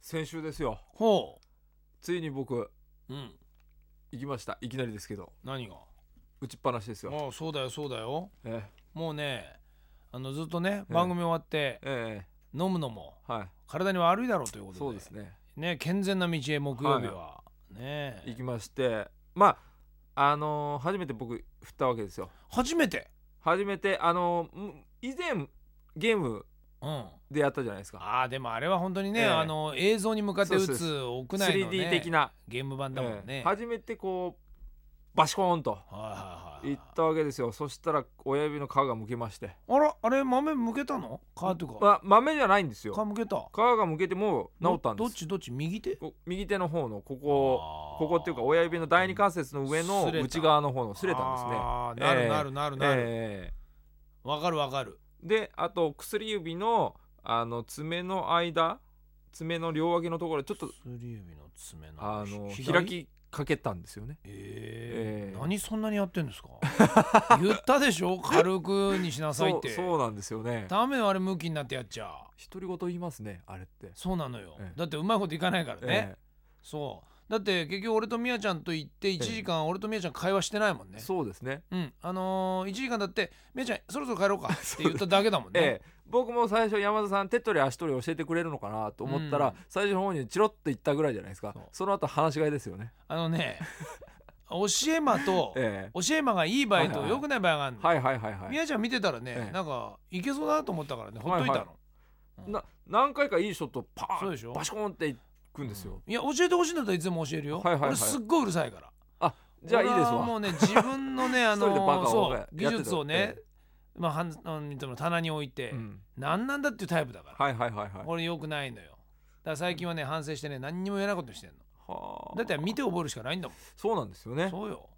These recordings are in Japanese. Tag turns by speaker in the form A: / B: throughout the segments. A: 先週ですよ
B: ほ
A: ついに僕
B: ううん
A: 行きましたいきなりですけど
B: 何が
A: 打ちっぱなしですよ
B: もうそうだよそうだよ
A: え
B: もうねあのずっとね
A: え
B: 番組終わって
A: ええ
B: 飲むのも
A: えはい
B: 体に悪いだろうということで
A: そうですね
B: ね健全な道へ木曜日は、ね
A: 行きましてまああのー初めて僕振ったわけですよ
B: 初めて
A: 初めてあのーん以前ゲーム
B: うん
A: でやったじゃないですか
B: あーでもあれは本当にね、
A: ええ
B: あの映像に向かって打
A: そうで
B: つ屋内の、ね、
A: 3D 的な、
B: ゲーム版だもん
A: え
B: ね、
A: え初めてこうバシコーンと
B: はいはいはい
A: 行ったわけですよそしたら親指の皮がむけまして
B: あらあれ豆向けたの皮とか
A: ま豆じゃないんですよ
B: 皮向けた
A: 皮がむけてもう治ったんで
B: どどっ
A: す
B: ちどっち右手
A: こ右手の方のこここ
B: こ
A: こっていうか親指の第二関節の上の
B: 擦れた
A: 内側の方の擦れたんですね。
B: ねな
A: え
B: る
A: え
B: なるなるなる
A: え
B: わかるわかる
A: えであと薬指のあの爪の間爪の両脇のところちょっと
B: 薬指の爪の
A: あの
B: ひ
A: 開きかけたんですよね。
B: え
A: え
B: え
A: え
B: 何そんなにやって んですか言ったでしょ軽くにしなさい
A: そ
B: っ
A: う
B: て
A: そうなんですよね。
B: ダメよあれ向きになってやっちゃう
A: 独り言言いますねあれって。
B: そうなのよ、
A: ええ
B: だってうまいこといかないからね、
A: え
B: そうだって結局俺とみやちゃんと行って1時間俺とみやちゃん会話してないもん
A: え
B: ね、
A: そうですね。
B: うんあのー、1時間だってみやちゃんそろそろ帰ろ うかって言っただけだもんね、
A: ええ僕も最初山田さん手っ取り足取り教えてくれるのかなと思ったら、
B: うん
A: 最初の方にチロッと言ったぐらいじゃないですか
B: そう
A: その後話し飼いですよね、
B: あ のね教え魔と
A: ええ
B: 教え魔がいい場合
A: はい
B: と
A: はい
B: 良くない場合があるの、
A: はいはいはいはい
B: みやちゃん見てたらね、
A: ええ
B: なんかいけそうだなと思ったからねほっといたの、
A: はいはな何回かいいショットパ
B: そうでし
A: ーン
B: ょ
A: バシコーンっていくんですよ、
B: いや教えてほしいんだったらいつでも教えるよ、
A: はいはいはい
B: 俺すっごいうるさいから
A: じゃあいいです
B: 俺はも
A: わ
B: うね自分のねあ
A: 一人でバ
B: の
A: カを
B: そう技術を
A: やって
B: ね
A: た
B: まあはんあのいつも棚に置いて、
A: うん
B: 何なんだっていうタイプだから、
A: はいはいはいはい
B: 俺よくないのよだから最近はね反省してね何にも言えないことにしてんの
A: はあ
B: だって見て覚えるしかないんだもん
A: そうなんですよね
B: そうよ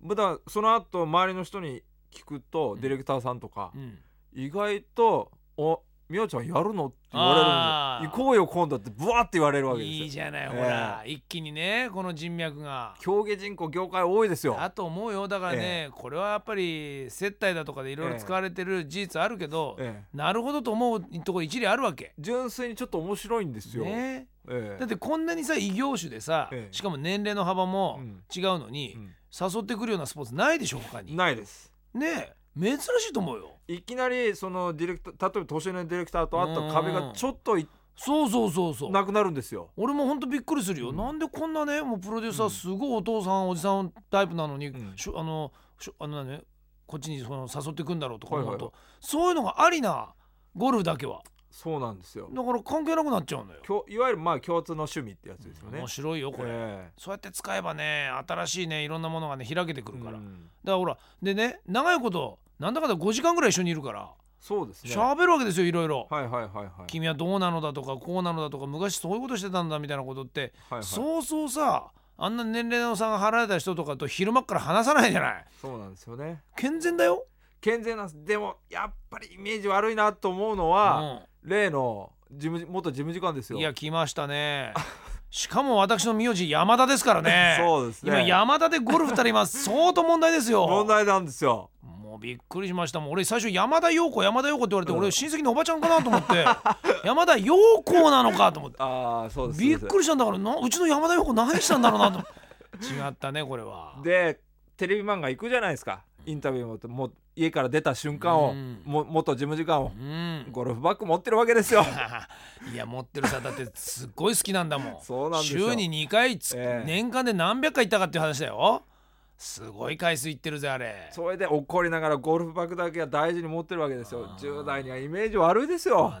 A: まだその後周りの人に聞くと
B: うん
A: ディレクターさんとか
B: うん
A: 意外と「おみおちゃんやるの?」って言わ
B: あ
A: れるん
B: ー
A: ですよ「行こうよ今度」ってブワーって言われるわけですよ
B: いいじゃない、
A: ええ
B: ほら一気にねこの人脈が
A: 競技人口業界多いですよ
B: だと思うよだからね、これはやっぱり接待だとかでいろいろ使われてる事実あるけど、
A: ええ
B: なるほどと思うところ一理あるわけ。
A: 純粋にちょっと面白いんですよ、
B: ね、
A: ええ
B: だってこんなにさ異業種でさ、
A: ええ
B: しかも年齢の幅も
A: うん
B: 違うのに、
A: うん
B: 誘ってくるようなスポーツないでしょ他に。
A: ないです
B: ねえ珍しいと思うよ。
A: いきなりそのディレクター例えば年上のディレクターと会った壁がちょっとい
B: そうそうそうそう。
A: なくなるんですよ
B: 俺もほんとびっくりするよ、
A: うん
B: なんでこんなねもうプロデューサーすごいお父さん、おじさんタイプなのに、
A: うん
B: しょあのしょあの、ね、こっちにその誘ってくんだろうとか
A: はい
B: 思
A: はいう
B: と、そういうのがありなゴルフだけは
A: そうなんですよ
B: だから関係なくなっちゃうのよ
A: きょいわゆるまあ共通の趣味ってやつですよね
B: 面。白いよこれ、
A: え
B: そうやって使えばね新しいねいろんなものがね開けてく
A: え
B: るから、だか
A: うん
B: らほらでね長いことなんだかんだ5時間ぐらい一緒にいるから
A: そうですね。はい
B: 喋、るわけですよいろいろ、
A: はいはいはい。
B: 君はどうなのだとかこうなのだとか昔そういうことしてたんだみたいなことって
A: はいはい、そう
B: そうそうさあんな年齢の差が離れた人とかと昼間っから話さないじゃない
A: なんですよね。
B: 健全だよ、
A: 健全なんです。でもやっぱりイメージ悪いなと思うの
B: う
A: は、
B: ん、
A: 例の事務元事務次官ですよ。
B: いや来ましたねしかも私の名字山田ですからね
A: そうですね。
B: 今山田でゴルフ2人いま す相当問題ですよ
A: 問題なんですよ。
B: もうびっくりしましたもう俺最初山田陽子山田陽子って言われて、
A: うん
B: 俺親戚のおばちゃんかなと思って 山田陽子なのかと思って
A: ああそうです。
B: びっく
A: り。
B: りしたんだからなうちの山田陽子何したんだろうなと思って違ったねこれは
A: でテレビ漫画行くじゃないですか。インタビューもってもう家から出た瞬間を、
B: うん
A: も元事務次官を
B: うん
A: ゴルフバッグ持ってるわけですよ。
B: いや持ってるさだってすっごい好きなんだもん
A: そうなんですよ
B: 週に2回つ、
A: ええ
B: 年間で何百回行ったかっていう話だよすごい回数行ってるぜあれ
A: それで怒りながらゴルフバッグだけは大事に持ってるわけですよ
B: あー
A: 10代にはイメージ悪いですよ
B: まあ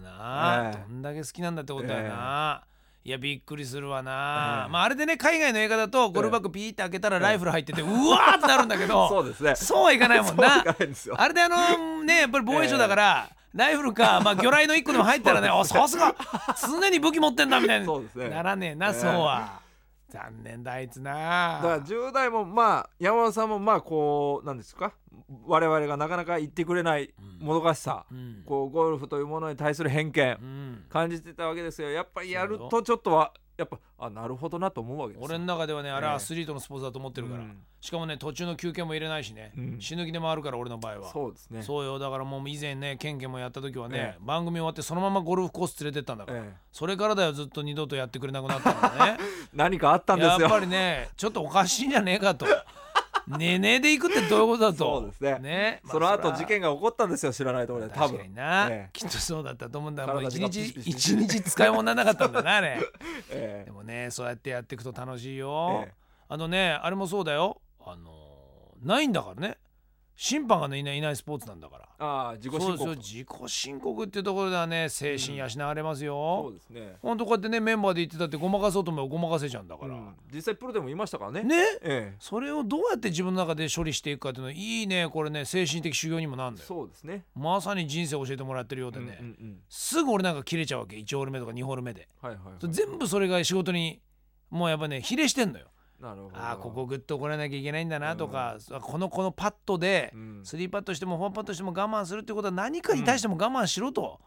B: な、
A: ええ
B: どんだけ好きなんだってことだよな、いやびっくりするわな、まああれでね海外の映画だとゴルフバッグピーって開けたらライフル入ってて、うわーってなるんだけ ど
A: そうですね
B: そうはいかないもん
A: そう
B: な
A: じゃないんですよ
B: あれであのねやっぱり防衛省だから、ライフルか、まあ、魚雷の一個でも入っ たらねあさすが常に武器持ってんだみたいに
A: そうですね
B: ならねえな、
A: ええ
B: そうは残念だあいつな
A: だから10代もまあ山田さんもまあこうなんですか我々がなかなか言ってくれないもどかしさ、
B: うん
A: こうゴルフというものに対する偏見
B: うん
A: 感じてたわけですよやっぱりやるとちょっとはやっぱあなるほどなと思うわけです
B: 俺の中ではねあれ
A: ええ
B: アスリートのスポーツだと思ってるから、
A: うん
B: しかもね途中の休憩も入れないしね、
A: うん
B: 死ぬ気で回るから俺の場合は
A: そうですね
B: そうよだからもう以前ねケンケンもやった時はね、
A: え
B: 番組終わってそのままゴルフコース連れてったんだから、
A: ええ
B: それからだよずっと二度とやってくれなくなったんだね
A: 何かあったんです
B: や
A: よ
B: っぱりねちょっとおかしいんじゃねえかとねえねえで行くってどういうことだと
A: そうですね
B: まあ
A: その後
B: ら
A: 事件が起こったんですよ知らないところで多
B: 確か
A: 分
B: にな、
A: え
B: きっとそうだったと思うんだもう一
A: 体がピ
B: 日
A: シピシ
B: 一日使い物にならなかったんだなあれ
A: え
B: でもねそうやってやっていくと楽しいよ、
A: ええ
B: あのねあれもそうだよあのーないんだからね審判がねいないいないスポーツなんだから
A: ああ自己申
B: そ
A: 告
B: うですよ
A: と
B: 自己申告っていうところではね精神養われますよ、
A: そうですね
B: ほんとこうやってねメンバーで言ってたってごまかそうと思えばごまかせちゃうんだから、
A: うん実際プロでもいましたからね
B: ね
A: え
B: それをどうやって自分の中で処理していくかっていうのはいいねこれね精神的修行にもなるん
A: え
B: だよ
A: そうですね
B: まさに人生を教えてもらってるようでね、
A: うんうんうん
B: すぐ俺なんか切れちゃうわけ1ホール目とか2ホール目で
A: はいはいはい
B: 全部それが仕事にもうやっぱね比例してんのよ
A: なるほど
B: ああここグッと怒らなきゃいけないんだなとか、あこのこのパットで
A: うん
B: スリーパットしてもフォアパットしても我慢するってことは何かに対しても我慢しろと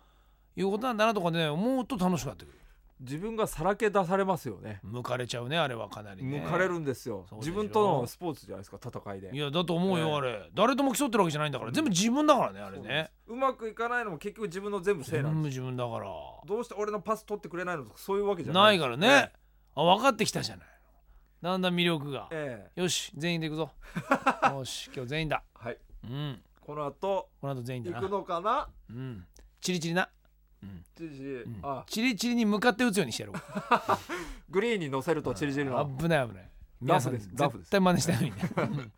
B: いうことなんだなとかね思うと楽しくなってくる
A: 自分がさらけ出されますよね
B: 向かれちゃうねあれはかなりね
A: 抜かれるんですよ
B: そうでし
A: 自
B: ょ
A: 分とのスポーツじゃないですか戦いで
B: いやだと思うよ、
A: ええ
B: あれ誰とも競ってるわけじゃないんだから全部自分だからねあれ
A: そうなんで
B: ね
A: すうまくいかないのも結局自分の全部せい
B: 全
A: な
B: 部
A: んです
B: 自分だから
A: どうして俺のパス取ってくれないのとかそういうわけじゃ
B: な
A: ない
B: いからね、あ分かってきたじゃないだんだん魅力が、
A: ええ
B: よし全員で 行くぞよし今日全員だ
A: はい
B: うん
A: この後
B: この後全員だ
A: 行
B: な
A: くのかな
B: うんチリチリな、
A: チリチリ
B: うん
A: あ
B: チリチリに向かって打つようにしてやろう
A: グリーンに乗せるとチリチリの
B: 危ない危ない皆さん
A: ラフですラフです
B: 絶対真似したいのにね